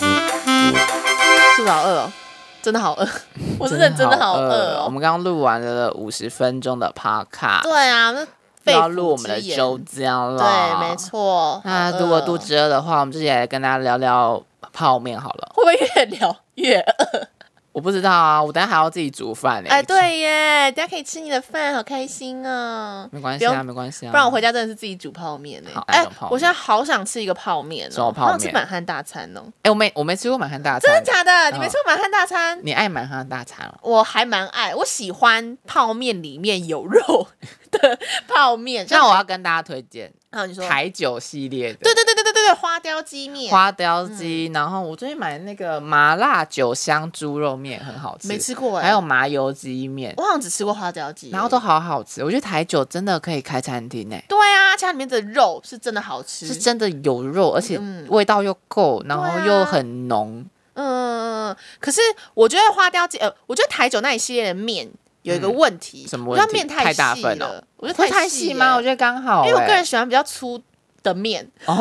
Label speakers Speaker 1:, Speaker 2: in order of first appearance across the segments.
Speaker 1: 肚子好饿哦，真的好 饿，我是认真的好饿
Speaker 2: 我
Speaker 1: 哦。
Speaker 2: 们刚刚录完了五十分钟的 podcast，
Speaker 1: 对啊，那肺
Speaker 2: 要
Speaker 1: 腑
Speaker 2: 录我们的
Speaker 1: 之言
Speaker 2: 周江了。
Speaker 1: 对，没。错。
Speaker 2: 那
Speaker 1: 好饿哦
Speaker 2: 如果肚子饿的话，我们自己来跟大家聊聊泡面好了。
Speaker 1: 会不会越聊越饿？
Speaker 2: 我不知道啊，我等下还要自己煮饭呢、欸
Speaker 1: 哎，，对耶，大家可以吃你的饭，好开心哦。
Speaker 2: 没关系啊，
Speaker 1: 用
Speaker 2: 没关系啊。
Speaker 1: 不然我回家真的是自己煮泡面呢
Speaker 2: 好。哪
Speaker 1: 哎
Speaker 2: 种泡，面
Speaker 1: 我现在好想吃一个泡面
Speaker 2: 什
Speaker 1: 哦
Speaker 2: 么，泡面
Speaker 1: 好想吃满汉大餐哦。
Speaker 2: 哎、我没我没吃过满汉大餐，
Speaker 1: 真的假的？你没
Speaker 2: 嗯
Speaker 1: 吃过满汉大餐？
Speaker 2: 你爱满汉大餐哦？
Speaker 1: 我还蛮爱，我喜欢泡面里面有肉的泡面。
Speaker 2: 那
Speaker 1: 我，
Speaker 2: 我要跟大家推荐
Speaker 1: 那你说，
Speaker 2: 台酒系列的，
Speaker 1: 对嗯对对对对对对，花雕鸡面，
Speaker 2: 花雕鸡，然后我最近买那个麻辣酒香猪肉面很好吃，
Speaker 1: 没吃过哎，
Speaker 2: 还有麻油鸡面，
Speaker 1: 我好像只吃过花雕鸡，
Speaker 2: 然后都好好吃。我觉得台酒真的可以开餐厅呢、
Speaker 1: 对啊，家里面的肉是真的好吃，
Speaker 2: 是真的有肉，而且
Speaker 1: 嗯
Speaker 2: 味道又够，然
Speaker 1: 对
Speaker 2: 后
Speaker 1: 啊
Speaker 2: 又很浓。
Speaker 1: 嗯，可是我觉得花雕鸡，呃，我觉得台酒那一系列的面有一个问题，
Speaker 2: 嗯什么
Speaker 1: 我觉得
Speaker 2: 问题
Speaker 1: 面太
Speaker 2: 太大
Speaker 1: 细
Speaker 2: 份了
Speaker 1: 了，我觉得
Speaker 2: 会
Speaker 1: 太
Speaker 2: 太
Speaker 1: 细
Speaker 2: 细吗？我
Speaker 1: 觉
Speaker 2: 觉得刚好、
Speaker 1: 得，因为我个
Speaker 2: 哎
Speaker 1: 人喜欢比较粗的面
Speaker 2: 哦，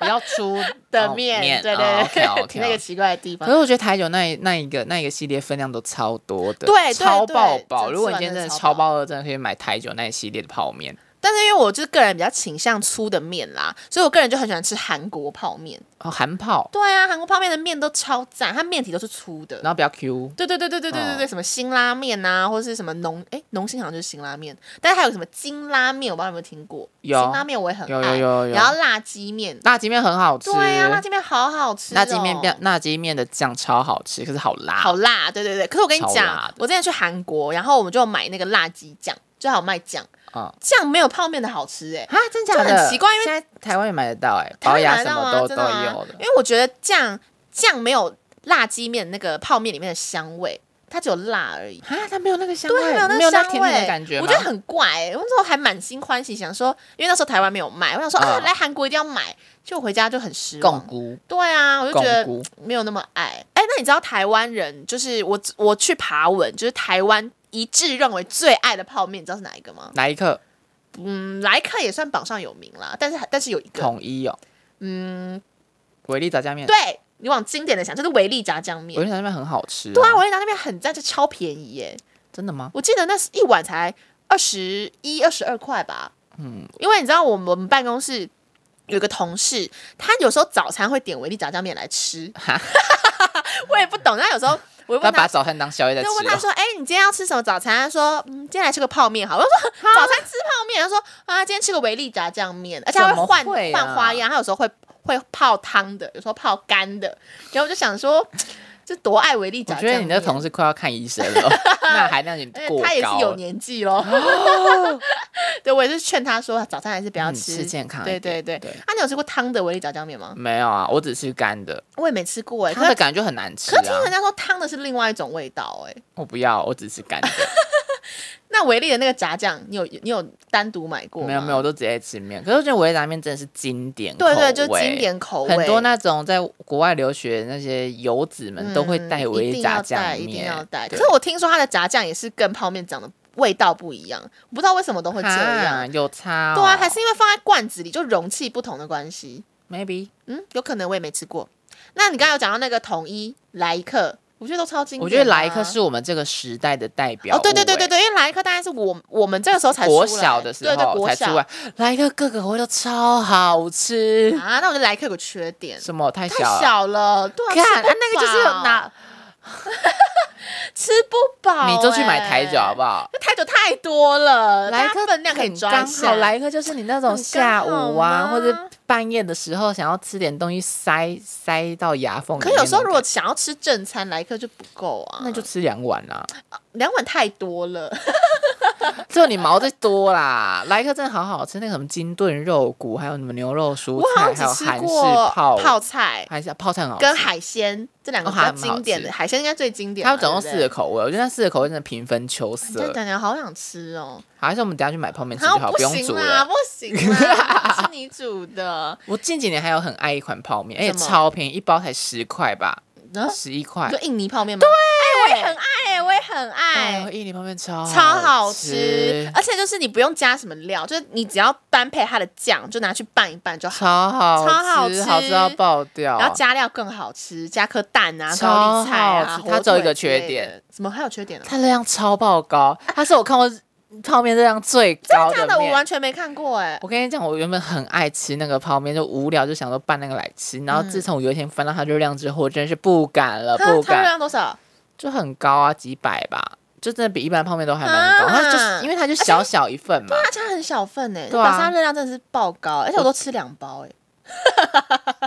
Speaker 2: 比较粗
Speaker 1: 的
Speaker 2: 哦
Speaker 1: 面，
Speaker 2: 面
Speaker 1: 对对对，
Speaker 2: o
Speaker 1: 那个奇怪的地
Speaker 2: 可
Speaker 1: 方。
Speaker 2: 是我觉得台酒那一那一个那一个系列分量都超多的，
Speaker 1: 对对
Speaker 2: 超爆
Speaker 1: 对
Speaker 2: 饱。
Speaker 1: 这
Speaker 2: 如果你
Speaker 1: 吃完
Speaker 2: 今天
Speaker 1: 真
Speaker 2: 真
Speaker 1: 的
Speaker 2: 的
Speaker 1: 超
Speaker 2: 超
Speaker 1: 饱
Speaker 2: 爆饿，真的可以买台酒那一系列的泡面
Speaker 1: 但是因为我就是个人比较倾向粗的面啦，所以我个人就很喜欢吃韩国泡面。
Speaker 2: 哦，韩泡，
Speaker 1: 对啊，韩国泡面的面都超赞，它面体都是粗的。
Speaker 2: 然后比较 Q，
Speaker 1: 对对对对对对
Speaker 2: 哦
Speaker 1: 对对，什么辛拉面啊，或是什么浓哎浓心好像就是辛拉面，但是还有什么金拉面，我不知道有没有听过。
Speaker 2: 有
Speaker 1: 金拉面我也很爱，
Speaker 2: 有有有有
Speaker 1: 然后辣鸡面，
Speaker 2: 辣鸡面很好吃，
Speaker 1: 对啊，辣鸡面好好吃、哦，
Speaker 2: 辣鸡面变辣鸡面的酱超好吃，可是好辣，
Speaker 1: 好辣，对对对。可是我跟你
Speaker 2: 超辣
Speaker 1: 讲
Speaker 2: 的，
Speaker 1: 我之前去韩国，然后我们就买那个辣鸡酱，就还有卖酱，
Speaker 2: 啊
Speaker 1: 酱没有泡面的好吃哎、
Speaker 2: 啊，真假
Speaker 1: 就
Speaker 2: 的？
Speaker 1: 很奇怪因为
Speaker 2: 现在台湾也买得到哎，
Speaker 1: 台
Speaker 2: 保
Speaker 1: 湾
Speaker 2: 养
Speaker 1: 买
Speaker 2: 什
Speaker 1: 得到
Speaker 2: 么
Speaker 1: 吗
Speaker 2: 都都
Speaker 1: 真的啊吗
Speaker 2: 有的
Speaker 1: 因，为我觉得酱酱没有辣鸡面那个泡面里面的香味，它只有辣而已。
Speaker 2: 啊，它没有那个香味，
Speaker 1: 对，它没
Speaker 2: 没
Speaker 1: 有
Speaker 2: 有
Speaker 1: 那
Speaker 2: 那
Speaker 1: 个香味，
Speaker 2: 甜甜的感觉吗，
Speaker 1: 我觉得很怪、欸。我那时候还满心欢喜，想说，因为那时候台湾没有卖，我想说啊
Speaker 2: 啊
Speaker 1: 来韩国一定要买，就回家就很失
Speaker 2: 共
Speaker 1: 望。
Speaker 2: 菇，
Speaker 1: 对啊，我就觉得
Speaker 2: 共菇
Speaker 1: 没有那么爱。哎、那你知道台湾人就是我我去爬文，就是台湾一致认为最爱的泡面，你知道是哪一个吗？
Speaker 2: 哪一刻
Speaker 1: 嗯，莱克也算榜上有名啦，但是但是有一个，
Speaker 2: 统一哦，嗯，维力炸酱面，
Speaker 1: 对你往经典的想，就是维力炸酱面
Speaker 2: 维。力炸酱面很好吃，
Speaker 1: 对啊，，维力炸酱面很赞，就超便宜耶！
Speaker 2: 真的吗？
Speaker 1: 我记得那是一碗才二十一、二十二块吧。嗯，因为你知道我们我们办公室有一个同事，他有时候早餐会点维力炸酱面来吃， 我也不懂。他有时候我会
Speaker 2: 他
Speaker 1: 问
Speaker 2: 把
Speaker 1: 他。
Speaker 2: 早餐当宵夜在吃
Speaker 1: 就问他
Speaker 2: 哦，
Speaker 1: 说：“哎、你今天要吃什么早餐？”他说：“嗯，今天来吃个泡面好了。”我说：“早餐吃泡面。”他说：“啊，今天吃个维力炸酱面，而且他
Speaker 2: 怎么
Speaker 1: 换
Speaker 2: 会啊
Speaker 1: 换花样，他有时候会会泡汤的，有时候泡干的。”然后我就想说，这多爱维力
Speaker 2: 我
Speaker 1: 炸酱
Speaker 2: 觉
Speaker 1: 面。
Speaker 2: 得你的同事快要看医生了， 那含量有
Speaker 1: 而且
Speaker 2: 点过
Speaker 1: 哎他也是
Speaker 2: 高
Speaker 1: 有
Speaker 2: 了。哦
Speaker 1: 年纪咯。 对，我也是劝他说，早餐还是不要
Speaker 2: 嗯
Speaker 1: 吃，
Speaker 2: 吃健康一
Speaker 1: 对
Speaker 2: 点
Speaker 1: 对对。
Speaker 2: 对
Speaker 1: 啊，你有吃过汤的维力炸酱面吗？
Speaker 2: 没有啊，我只吃干的，
Speaker 1: 我也没吃过哎、可
Speaker 2: 它的
Speaker 1: 是
Speaker 2: 感觉很难吃
Speaker 1: 可是听人
Speaker 2: 啊。
Speaker 1: 家说汤的是另外一种味道哎、
Speaker 2: 我不要，我只吃干的。
Speaker 1: 那维力的那个炸酱，你有你有单独买过吗？
Speaker 2: 没有没有，我，都直接吃面。可是我觉得维也纳面真的是经典口
Speaker 1: 对
Speaker 2: 味，
Speaker 1: 对，就是经典口味，
Speaker 2: 很多那种在国外留学的那些游子们都会带
Speaker 1: 一
Speaker 2: 维力
Speaker 1: 定
Speaker 2: 炸
Speaker 1: 要
Speaker 2: 酱
Speaker 1: 带，
Speaker 2: 面，
Speaker 1: 嗯一定要带。可
Speaker 2: 对
Speaker 1: 是我听说它的炸酱也是跟泡面长的味道不一样，我不知道为什么都会这
Speaker 2: 哈
Speaker 1: 样。
Speaker 2: 有差、哦。
Speaker 1: 对啊，还是因为放在罐子里，就容器不同的关系。
Speaker 2: maybe。
Speaker 1: 嗯，有可能我也没吃过。那你刚刚有讲到那个统一来客，我觉得都超经典、啊
Speaker 2: 我觉得莱克是我们这个时代的代表
Speaker 1: 哦，
Speaker 2: 物。
Speaker 1: 对对对对
Speaker 2: 哎。
Speaker 1: 对，因为来客大概是我我们这个时候才
Speaker 2: 国
Speaker 1: 出来
Speaker 2: 小的时
Speaker 1: 对对
Speaker 2: 候
Speaker 1: 国
Speaker 2: 才
Speaker 1: 小
Speaker 2: 出来，莱克各个口味都超好吃。
Speaker 1: 啊。那我觉得来客有个缺点，
Speaker 2: 什么太
Speaker 1: 太
Speaker 2: 小了？
Speaker 1: 小了，对啊，
Speaker 2: 看
Speaker 1: 吃不
Speaker 2: 啊那个就是有
Speaker 1: 饱
Speaker 2: 拿，
Speaker 1: 吃不饱、
Speaker 2: 你就去买台酒好不
Speaker 1: 好？
Speaker 2: 好？
Speaker 1: 那台酒太多了，
Speaker 2: 来
Speaker 1: 呃大家
Speaker 2: 客
Speaker 1: 分量可以
Speaker 2: 很
Speaker 1: 抓一
Speaker 2: 刚
Speaker 1: 下。
Speaker 2: 好，来客就是你那种
Speaker 1: 很
Speaker 2: 下
Speaker 1: 刚好
Speaker 2: 午啊，
Speaker 1: 吗
Speaker 2: 或者半夜的时候想要吃点东西塞塞到牙缝里
Speaker 1: 可
Speaker 2: 面那
Speaker 1: 有
Speaker 2: 种感觉。
Speaker 1: 时候如果想要吃正餐，来客就不够啊，
Speaker 2: 那就吃两碗啦，
Speaker 1: 两碗太多了。
Speaker 2: 只有你毛最多啦。 来客真的好好吃，那个什么金炖肉骨，还有什么牛肉蔬
Speaker 1: 我好
Speaker 2: 菜，
Speaker 1: 像
Speaker 2: 还有
Speaker 1: 只吃
Speaker 2: 韩式
Speaker 1: 过
Speaker 2: 泡
Speaker 1: 泡菜
Speaker 2: 还是泡菜很好吃。
Speaker 1: 跟海鲜这两个
Speaker 2: 哦
Speaker 1: 比
Speaker 2: 还
Speaker 1: 较
Speaker 2: 蛮好
Speaker 1: 经典的，
Speaker 2: 吃
Speaker 1: 海鲜应该最经典
Speaker 2: 他
Speaker 1: 嘛。
Speaker 2: 们总共
Speaker 1: 对
Speaker 2: 四
Speaker 1: 不对
Speaker 2: 个口味，我觉得那四个口味真的平分秋
Speaker 1: 这样
Speaker 2: 色。
Speaker 1: 讲讲好想吃哦，
Speaker 2: 还是我们等一下去买泡面吃就
Speaker 1: 好
Speaker 2: 好，
Speaker 1: 啊不
Speaker 2: 用
Speaker 1: 行
Speaker 2: 煮
Speaker 1: 啦，
Speaker 2: 了。
Speaker 1: 不行啦， 是你煮的，
Speaker 2: 我近几年还有很爱一款泡面，而哎且
Speaker 1: 什么啊
Speaker 2: 超便宜，一包才十块吧，
Speaker 1: 然后
Speaker 2: 十一块
Speaker 1: 哎就。印尼泡面吗？对，哎，我也很爱，我也很很爱。
Speaker 2: 哦，意里泡面超
Speaker 1: 超好吃
Speaker 2: 吃，，
Speaker 1: 而且就是你不用加什么料，就是你只要单配它的酱，就拿去拌一拌就好，
Speaker 2: 超好
Speaker 1: 超好
Speaker 2: 吃，
Speaker 1: 吃
Speaker 2: 好吃到爆掉。
Speaker 1: 然后加料更好吃，加颗蛋啊、
Speaker 2: 超
Speaker 1: 高丽菜啊
Speaker 2: 好吃。
Speaker 1: 火
Speaker 2: 它只有一
Speaker 1: 腿
Speaker 2: 个
Speaker 1: 之类的
Speaker 2: 缺点，
Speaker 1: 什么还有缺点哦呢？
Speaker 2: 它热量超爆高，它是我看过泡面热量最
Speaker 1: 真的
Speaker 2: 高
Speaker 1: 假
Speaker 2: 的
Speaker 1: 的？我
Speaker 2: 面。
Speaker 1: 完全没看过哎。
Speaker 2: 我跟你讲，我原本很爱吃那个泡面，就无聊就想说拌那个来吃。然后自从我有一天翻到它热量之后，我真的是不敢了，
Speaker 1: 嗯它
Speaker 2: 不
Speaker 1: 它热
Speaker 2: 敢，
Speaker 1: 量多少？
Speaker 2: 就很高啊，几百吧，就真的比一般泡面都还蛮高。
Speaker 1: 啊
Speaker 2: 它就是因为它就小小一份嘛，
Speaker 1: 它它啊很小份哎，
Speaker 2: 对啊
Speaker 1: 它热量真的是爆高，欸而且我都吃两包哎。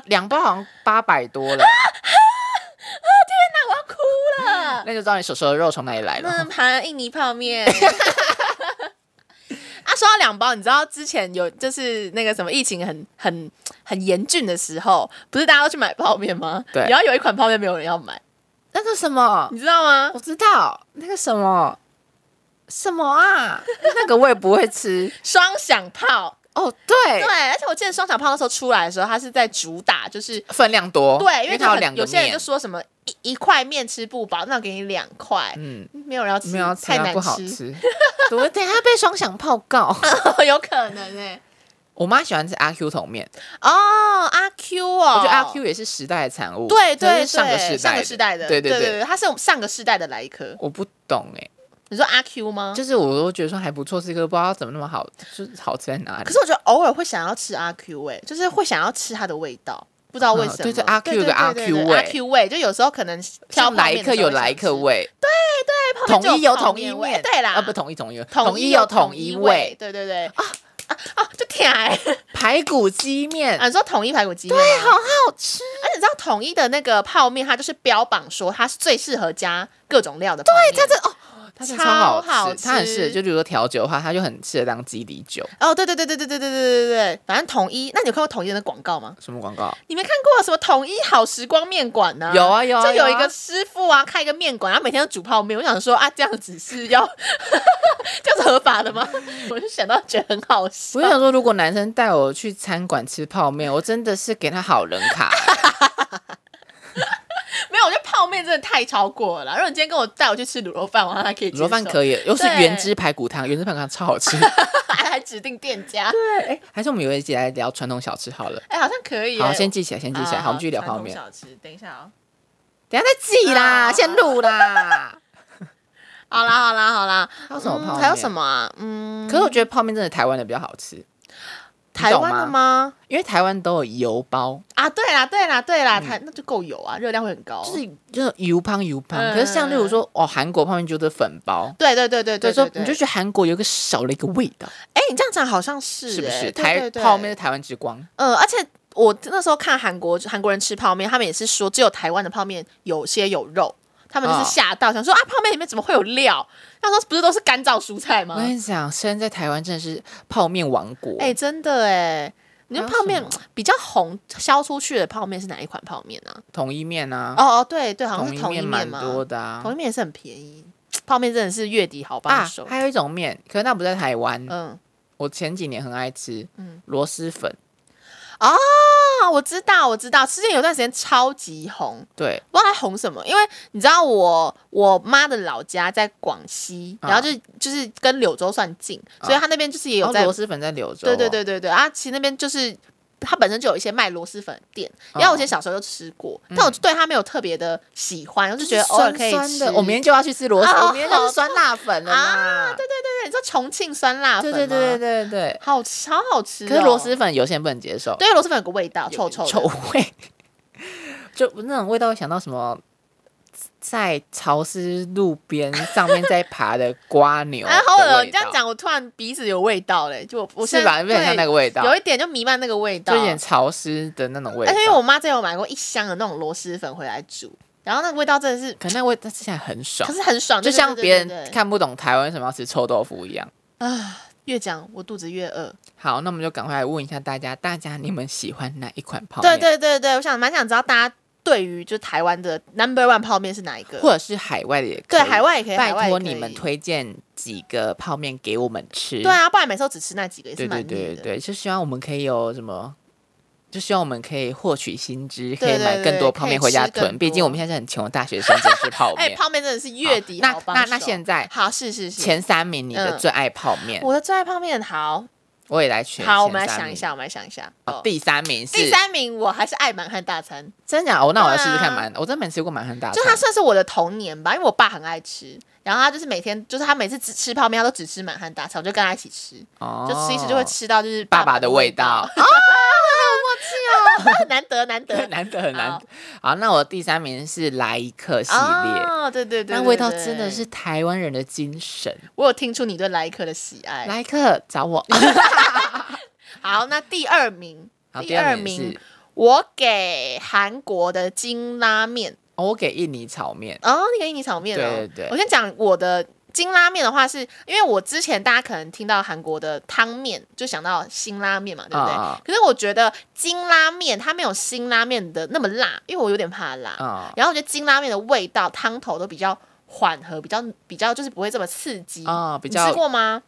Speaker 2: 两包好像八百多了，
Speaker 1: 啊
Speaker 2: 那就知道你手手的肉从哪里来
Speaker 1: 那
Speaker 2: 了。
Speaker 1: 盘印尼泡 面。啊，说到两包，你知道之前有就是那个什么疫情很很很严峻的时候，不是大家都去买泡面吗？
Speaker 2: 对
Speaker 1: 然后有一款泡面没有人要买，
Speaker 2: 那个什么，
Speaker 1: 你知道吗？
Speaker 2: 我知道那个什么什么啊，那个我也不会 吃。
Speaker 1: 双响炮，
Speaker 2: 哦，对
Speaker 1: 对，，而且我记得双响炮那时候出来的时候，它是在主打就是。
Speaker 2: 分量多，
Speaker 1: 对，哦因为
Speaker 2: 它有
Speaker 1: 就
Speaker 2: 两
Speaker 1: 很
Speaker 2: 个
Speaker 1: 有些人就
Speaker 2: 面，
Speaker 1: 说什么一一块面吃不饱，那我给你两块，
Speaker 2: 嗯，
Speaker 1: 没有人要吃，
Speaker 2: 没有要吃
Speaker 1: 太
Speaker 2: 啊
Speaker 1: 难
Speaker 2: 不好 吃。我等一下被双响炮告。
Speaker 1: 有可能
Speaker 2: 欸
Speaker 1: 哎、
Speaker 2: 我妈喜欢吃阿 Q 桶面，
Speaker 1: 哦，阿 Q 哦，
Speaker 2: 我觉得阿 Q 也是时代的产物，
Speaker 1: 对
Speaker 2: 它
Speaker 1: 对
Speaker 2: 是
Speaker 1: 对，
Speaker 2: 上个世
Speaker 1: 上
Speaker 2: 代的，
Speaker 1: 个世代的，
Speaker 2: 对
Speaker 1: 对
Speaker 2: 对。
Speaker 1: 对，他是我们上个世代的来客。
Speaker 2: 我不懂哎、
Speaker 1: 你说阿 Q 吗？
Speaker 2: 就是我都觉得说还不错，这个不知道怎么那么好，就是好吃在哪里。
Speaker 1: 可是我觉得偶尔会想要吃阿 Q 味，就是会想要吃它的味道，不知道为什么。
Speaker 2: 嗯对对阿 Q 有个阿 Q 味
Speaker 1: 阿 Q 味就有时候可能挑
Speaker 2: 像
Speaker 1: 泡
Speaker 2: 来
Speaker 1: 面的
Speaker 2: 客
Speaker 1: 时候会
Speaker 2: 有
Speaker 1: 想
Speaker 2: 来客味，
Speaker 1: 吃，
Speaker 2: 统一有
Speaker 1: 统
Speaker 2: 统一
Speaker 1: 味
Speaker 2: 面，，
Speaker 1: 对啦，
Speaker 2: 啊不统一统一，
Speaker 1: 统
Speaker 2: 一
Speaker 1: 有
Speaker 2: 有统一
Speaker 1: 味
Speaker 2: 味，，
Speaker 1: 对对对啊啊啊！就甜欸
Speaker 2: 排骨鸡面
Speaker 1: 啊，你说统一排骨鸡面吗，对，
Speaker 2: 好好吃，
Speaker 1: 而且你知道统一的那个泡面，它就是标榜说它是最适合加各种料的泡面，对，它这
Speaker 2: 它真的
Speaker 1: 超
Speaker 2: 超
Speaker 1: 好
Speaker 2: 吃，它很适合，
Speaker 1: 吃
Speaker 2: 就比如说调酒的话，它就很适合当基底酒。
Speaker 1: 哦，对对对对对对对对对对，反正统一，那你有看过统一的广告吗？
Speaker 2: 什么广告？
Speaker 1: 你没看过什么统一好时光面馆呢、
Speaker 2: 有啊有啊，
Speaker 1: 就有一
Speaker 2: 啊
Speaker 1: 个师傅啊，开一个面馆，他每天都煮泡面。我想说啊，这样子是要 这样是合法的吗？ 我就想到觉得很好笑
Speaker 2: 我就。想说，如果男生带我去餐馆吃 泡面，我真的是给他好人卡。
Speaker 1: 没有，我觉得泡面真的太超过了啦。如果你今天跟我带我去吃卤肉饭，我好像还可以接
Speaker 2: 卤
Speaker 1: 受。
Speaker 2: 肉饭可以，又是
Speaker 1: 对
Speaker 2: 原汁排骨汤，原汁排骨汤超 好吃。
Speaker 1: 还还指定店家，
Speaker 2: 还是我们有一集来聊传统小吃好了。
Speaker 1: 哎、好像可以耶。
Speaker 2: 好，先记起来，先记起来。好，我们继续聊
Speaker 1: 啊传
Speaker 2: 泡
Speaker 1: 统
Speaker 2: 面。
Speaker 1: 小啊吃，等一下哦。
Speaker 2: 等一下再记啦，
Speaker 1: 好
Speaker 2: 先录啦。
Speaker 1: 好啦，好啦，好啦。
Speaker 2: 还有什么
Speaker 1: 嗯
Speaker 2: 泡面？
Speaker 1: 还有什？么啊？嗯，
Speaker 2: 可是我觉啊得泡面真的台湾的比较好吃，
Speaker 1: 台湾的
Speaker 2: 你懂
Speaker 1: 吗？
Speaker 2: 因为台湾都有油包，
Speaker 1: 啊，对啦，对啦，对啦，台、那就够油啊，热量会很高。
Speaker 2: 就是就是油胖油胖。
Speaker 1: 嗯
Speaker 2: 可是像例如说，哦，韩国泡面就是粉包。
Speaker 1: 对对对对
Speaker 2: 对，
Speaker 1: 对
Speaker 2: 所
Speaker 1: 对
Speaker 2: 以
Speaker 1: 对，
Speaker 2: 你就觉得韩国有一个少了一个味道，
Speaker 1: 哎、你这样讲好像是、
Speaker 2: 是不
Speaker 1: 哎对
Speaker 2: 是？台
Speaker 1: 对对
Speaker 2: 泡面是台湾之光，
Speaker 1: 呃，而且我那时候看韩国韩国人吃泡面，他们也是说只有台湾的泡面有些有肉，他们就
Speaker 2: 哦
Speaker 1: 是吓到，想说啊，泡面里面怎么会有料？那时候不是都是干燥蔬菜吗
Speaker 2: 我？跟你讲，现在台湾真的是泡面王国。
Speaker 1: 嗯哎、真的哎。你说
Speaker 2: 还有
Speaker 1: 泡面
Speaker 2: 什
Speaker 1: 比较红销出去的泡面是哪一款泡面呢、
Speaker 2: 统一面啊，
Speaker 1: 哦哦，对对，好像
Speaker 2: 统
Speaker 1: 是
Speaker 2: 一
Speaker 1: 统一
Speaker 2: 面
Speaker 1: 面
Speaker 2: 蛮
Speaker 1: 嘛，
Speaker 2: 多的啊。
Speaker 1: 统一面也是很便宜。泡面真的是月底好帮
Speaker 2: 啊
Speaker 1: 手，，
Speaker 2: 还有一种面，可是那不在台湾，
Speaker 1: 嗯，
Speaker 2: 我前几年很爱吃，
Speaker 1: 嗯
Speaker 2: 螺蛳粉，
Speaker 1: 啊，我知道，我知道，之前有段时间超级红，
Speaker 2: 对，
Speaker 1: 不知道他红什么，因为你知道我我妈的老家在广西，
Speaker 2: 啊
Speaker 1: 然后就就是跟柳州算近，
Speaker 2: 啊
Speaker 1: 所以他那边就是也有
Speaker 2: 然
Speaker 1: 在，
Speaker 2: 后螺蛳哦粉在柳州、
Speaker 1: 对对，对对对啊，其实那边就是他本身就有一些卖螺蛳粉的店，
Speaker 2: 哦
Speaker 1: 然后我以前小时候就吃过，但我对他没有特别的喜欢，我就觉得偶尔
Speaker 2: 酸
Speaker 1: 可以
Speaker 2: 嗯酸
Speaker 1: 吃。
Speaker 2: 的，我明天就要去吃螺蛳，
Speaker 1: 哦啊
Speaker 2: 我明天就是酸辣粉 了啦，对
Speaker 1: 对你说重庆酸辣粉
Speaker 2: 对
Speaker 1: 吗，
Speaker 2: 对对对对对。
Speaker 1: 好吃好好吃、哦。
Speaker 2: 可是螺蛳粉有些人不能接受，
Speaker 1: 对螺蛳粉有个味道，
Speaker 2: 有
Speaker 1: 啊臭臭的
Speaker 2: 臭味， 就那种味道会想到什么。在潮湿路边上面在爬的瓜牛的味
Speaker 1: 哎，
Speaker 2: 道，
Speaker 1: 好恶！你这样讲，我突然鼻子有味道嘞，就我我现
Speaker 2: 是
Speaker 1: 在
Speaker 2: 吧？有点像那
Speaker 1: 个
Speaker 2: 个味道，
Speaker 1: 有一点就弥漫那个味道，
Speaker 2: 就有点潮湿的那种味道。
Speaker 1: 而且因为我妈之前有买过一箱的那种螺蛳粉回来煮，然后那个味道真的是，
Speaker 2: 可那味道吃起来很爽
Speaker 1: 可，是很爽，
Speaker 2: 就
Speaker 1: 对
Speaker 2: 像别
Speaker 1: 对对对
Speaker 2: 人
Speaker 1: 对
Speaker 2: 看不懂台湾为什么要吃臭豆腐一样。
Speaker 1: 越讲我肚子越饿。
Speaker 2: 好，那我们就赶快来问一下大家，大家你们喜欢哪一款泡
Speaker 1: 对
Speaker 2: 面？
Speaker 1: 对对对，我想蛮想知道大家对于就是台湾的 number one 泡面是哪一个？
Speaker 2: 或者是海外的也可
Speaker 1: 对，
Speaker 2: 以。
Speaker 1: 海外也可以，海外
Speaker 2: 拜
Speaker 1: 也
Speaker 2: 托
Speaker 1: 可以
Speaker 2: 你们。推荐几个泡面给我们吃。
Speaker 1: 啊对啊，不然每次都只吃那几个也是
Speaker 2: 对
Speaker 1: 蛮
Speaker 2: 对
Speaker 1: 腻
Speaker 2: 对
Speaker 1: 的。
Speaker 2: 对，就希望我们可以有什么就希望我们可以获取新知，可
Speaker 1: 对
Speaker 2: 以买
Speaker 1: 对
Speaker 2: 更多
Speaker 1: 对
Speaker 2: 泡
Speaker 1: 可以
Speaker 2: 面回家
Speaker 1: 吃更
Speaker 2: 囤。毕竟
Speaker 1: 多
Speaker 2: 我们现在是很穷的大学生，只吃泡
Speaker 1: 哎、
Speaker 2: 面。
Speaker 1: 泡面真的是月底
Speaker 2: 那
Speaker 1: 好帮
Speaker 2: 那那
Speaker 1: 手
Speaker 2: 现在
Speaker 1: 好是是是，
Speaker 2: 前三名，你的
Speaker 1: 嗯
Speaker 2: 最爱泡面，
Speaker 1: 我的最爱泡面好
Speaker 2: 我也来选。
Speaker 1: 好，我们来想一。下，我们来想一下。
Speaker 2: 好，
Speaker 1: 哦、
Speaker 2: 第三名是
Speaker 1: 第三名我还是爱满汉大餐，
Speaker 2: 真假？哦，那我要
Speaker 1: 对
Speaker 2: 试
Speaker 1: 啊
Speaker 2: 试看蛮，我真的没吃过蛮汉大餐。
Speaker 1: 就它算是我的童年吧，因为我爸很爱吃，然后他就是每天就是他每次只吃泡面，他都只吃满汉大餐，我就跟他一起吃，
Speaker 2: 哦
Speaker 1: 就吃一吃就会吃到就是
Speaker 2: 爸
Speaker 1: 爸
Speaker 2: 爸的味
Speaker 1: 道，
Speaker 2: 道，
Speaker 1: 难得难得
Speaker 2: 很 难得很难
Speaker 1: 好
Speaker 2: 得。好，那我第三名是来一克 系列，
Speaker 1: 哦，对对对
Speaker 2: 那
Speaker 1: 对
Speaker 2: 味道
Speaker 1: 对
Speaker 2: 真的是台湾人的精神。
Speaker 1: 我有听出你对莱克的喜爱。
Speaker 2: 来一克 找我。
Speaker 1: 好，那第二名，
Speaker 2: 好，
Speaker 1: 第
Speaker 2: 第
Speaker 1: 二
Speaker 2: 二
Speaker 1: 名
Speaker 2: 名是
Speaker 1: 我给韩国的金拉面
Speaker 2: 哦我给印尼炒面，
Speaker 1: 哦，那个印尼炒面哦。
Speaker 2: 对对对
Speaker 1: 我先讲我的金拉面的话是，因为我之前大家可能听到韩国的汤面就想到辛拉面嘛，对不对？
Speaker 2: 啊啊
Speaker 1: 可是我觉得金拉面它没有辛拉面的那么辣，因为我有点怕辣。
Speaker 2: 啊
Speaker 1: 然后我觉得金拉面的味道汤头都比较缓和，比较比较就是不会这么刺激。
Speaker 2: 啊，比
Speaker 1: 你
Speaker 2: 较
Speaker 1: 吃过吗？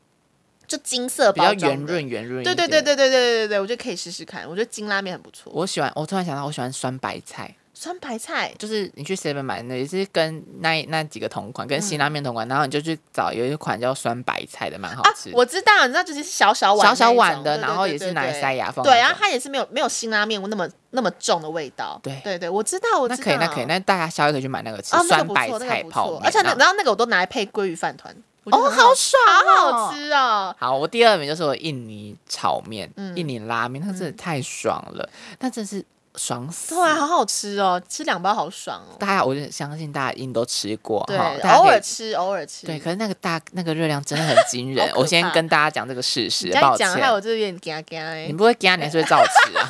Speaker 1: 就金色
Speaker 2: 比较
Speaker 1: 包装的
Speaker 2: 圆。润圆润。
Speaker 1: 对对对。对对对对对对，我觉得可以试试看。我觉得金拉面很不错。
Speaker 2: 我喜欢，我突然想到，我喜欢酸白菜，
Speaker 1: 酸白菜
Speaker 2: 就是你去 seven 买的，也是跟那那几个同款，跟辛
Speaker 1: 嗯
Speaker 2: 拉面同款，然后你就去找有一款叫酸白菜的，蛮好
Speaker 1: 啊
Speaker 2: 吃，的。
Speaker 1: 我知道，你知道就是小小碗
Speaker 2: 小小碗
Speaker 1: 那一
Speaker 2: 的，
Speaker 1: 种
Speaker 2: 然后也是拿来塞。牙缝那种。
Speaker 1: 对对对对对，然啊后它也是没有没有辛拉面那么那么重的味道。
Speaker 2: 对
Speaker 1: 对对，我知道，我知道。
Speaker 2: 那
Speaker 1: 哦
Speaker 2: 可以，那可以，那大家宵夜可以去买那个吃
Speaker 1: 哦，那个
Speaker 2: 酸
Speaker 1: 不
Speaker 2: 白
Speaker 1: 错，那
Speaker 2: 菜
Speaker 1: 个不
Speaker 2: 泡
Speaker 1: 错
Speaker 2: 面。。
Speaker 1: 而且那
Speaker 2: 然
Speaker 1: 然
Speaker 2: 后
Speaker 1: 后那个我都拿来配鲑鱼饭团，我觉得
Speaker 2: 哦，
Speaker 1: 很好
Speaker 2: 好爽，
Speaker 1: 好好。吃哦。
Speaker 2: 好，我第二名就是我印尼炒面，
Speaker 1: 嗯
Speaker 2: 印尼拉面，那真的太爽了，那真是爽死。
Speaker 1: 对啊，好好吃哦，吃两包好爽哦。
Speaker 2: 大家，我就相信大家一定都吃过
Speaker 1: 对
Speaker 2: 哈，，大家
Speaker 1: 偶
Speaker 2: 可
Speaker 1: 尔
Speaker 2: 以。
Speaker 1: 吃，偶尔吃。
Speaker 2: 对，可是那个大那个热量真的很惊人
Speaker 1: 好。可
Speaker 2: 我先
Speaker 1: 怕
Speaker 2: 跟大家讲这个事实
Speaker 1: 你这，样
Speaker 2: 抱
Speaker 1: 讲，害
Speaker 2: 歉，
Speaker 1: 我这有点嘎嘎哎
Speaker 2: 你。不会给他，你还是会照 吃啊。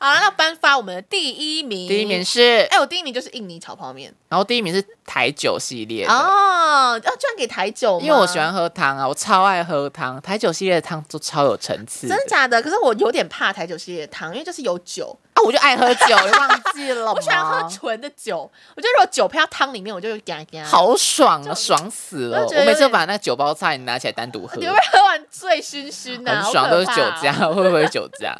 Speaker 1: 好了，那颁发我们的第一名。
Speaker 2: 第一名，是，
Speaker 1: 哎，我第一名就是印尼炒泡面
Speaker 2: 然后第一名是台酒系列的，
Speaker 1: 哦，要居然给台酒吗，
Speaker 2: 因为我喜欢喝汤啊，我超爱喝汤，台酒系列的汤都超有层次的
Speaker 1: 真的假的？可是我有点怕台酒系列的汤，因为就是有酒，
Speaker 2: 啊，我就爱喝 酒，你忘记了吗？
Speaker 1: 我喜欢
Speaker 2: 哦
Speaker 1: 喝纯的酒。我觉得如果酒配到汤里面，我就有嘎嘎。，
Speaker 2: 好爽啊，爽死了！
Speaker 1: 就觉得
Speaker 2: 我每次
Speaker 1: 有点
Speaker 2: 把那酒包菜拿起来单独喝
Speaker 1: 你，会不会喝完醉醺醺的、啊？
Speaker 2: 很爽，都是
Speaker 1: 好
Speaker 2: 酒
Speaker 1: 可怕哦。
Speaker 2: 驾， 会不会酒驾？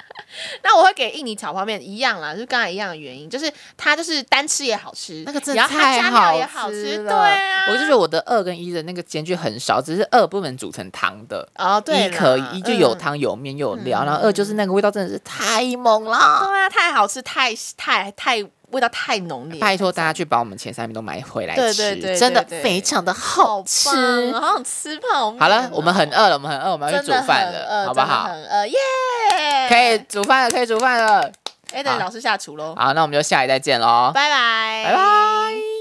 Speaker 1: 那我会给印尼炒泡面一样啦，就是刚才一样的原因，就是它就是单吃也好吃，
Speaker 2: 那个真的
Speaker 1: 然后它
Speaker 2: 太
Speaker 1: 加料也好
Speaker 2: 吃
Speaker 1: 吃，
Speaker 2: 了
Speaker 1: 对啊。
Speaker 2: 我就觉得我的二跟一的那个间距很少，只是二不能煮成汤的。
Speaker 1: 哦，对
Speaker 2: 一
Speaker 1: 啦，
Speaker 2: 可以，一就有
Speaker 1: 嗯
Speaker 2: 汤有面又有料，
Speaker 1: 嗯
Speaker 2: 然后二就是那个味道真的是太猛了。
Speaker 1: 对啊，太好吃，太太太味道太浓烈，
Speaker 2: 拜托大家去把我们前三名都买回来
Speaker 1: 对
Speaker 2: 吃，
Speaker 1: 对对对
Speaker 2: 真的
Speaker 1: 对
Speaker 2: 非常的
Speaker 1: 好
Speaker 2: 好吃。
Speaker 1: 棒哦好想吃泡面哦。
Speaker 2: 好了，我们很饿了，我们很饿，我们要
Speaker 1: 真
Speaker 2: 去煮
Speaker 1: 的很
Speaker 2: 饭了，
Speaker 1: 饿
Speaker 2: 好不好
Speaker 1: 真？的很呃饿耶！
Speaker 2: 可以煮饭了，可以煮饭了。
Speaker 1: 哎，等
Speaker 2: 好
Speaker 1: 老师下厨喽，
Speaker 2: 好，那我们就下一再见喽，
Speaker 1: 拜拜，
Speaker 2: 拜拜。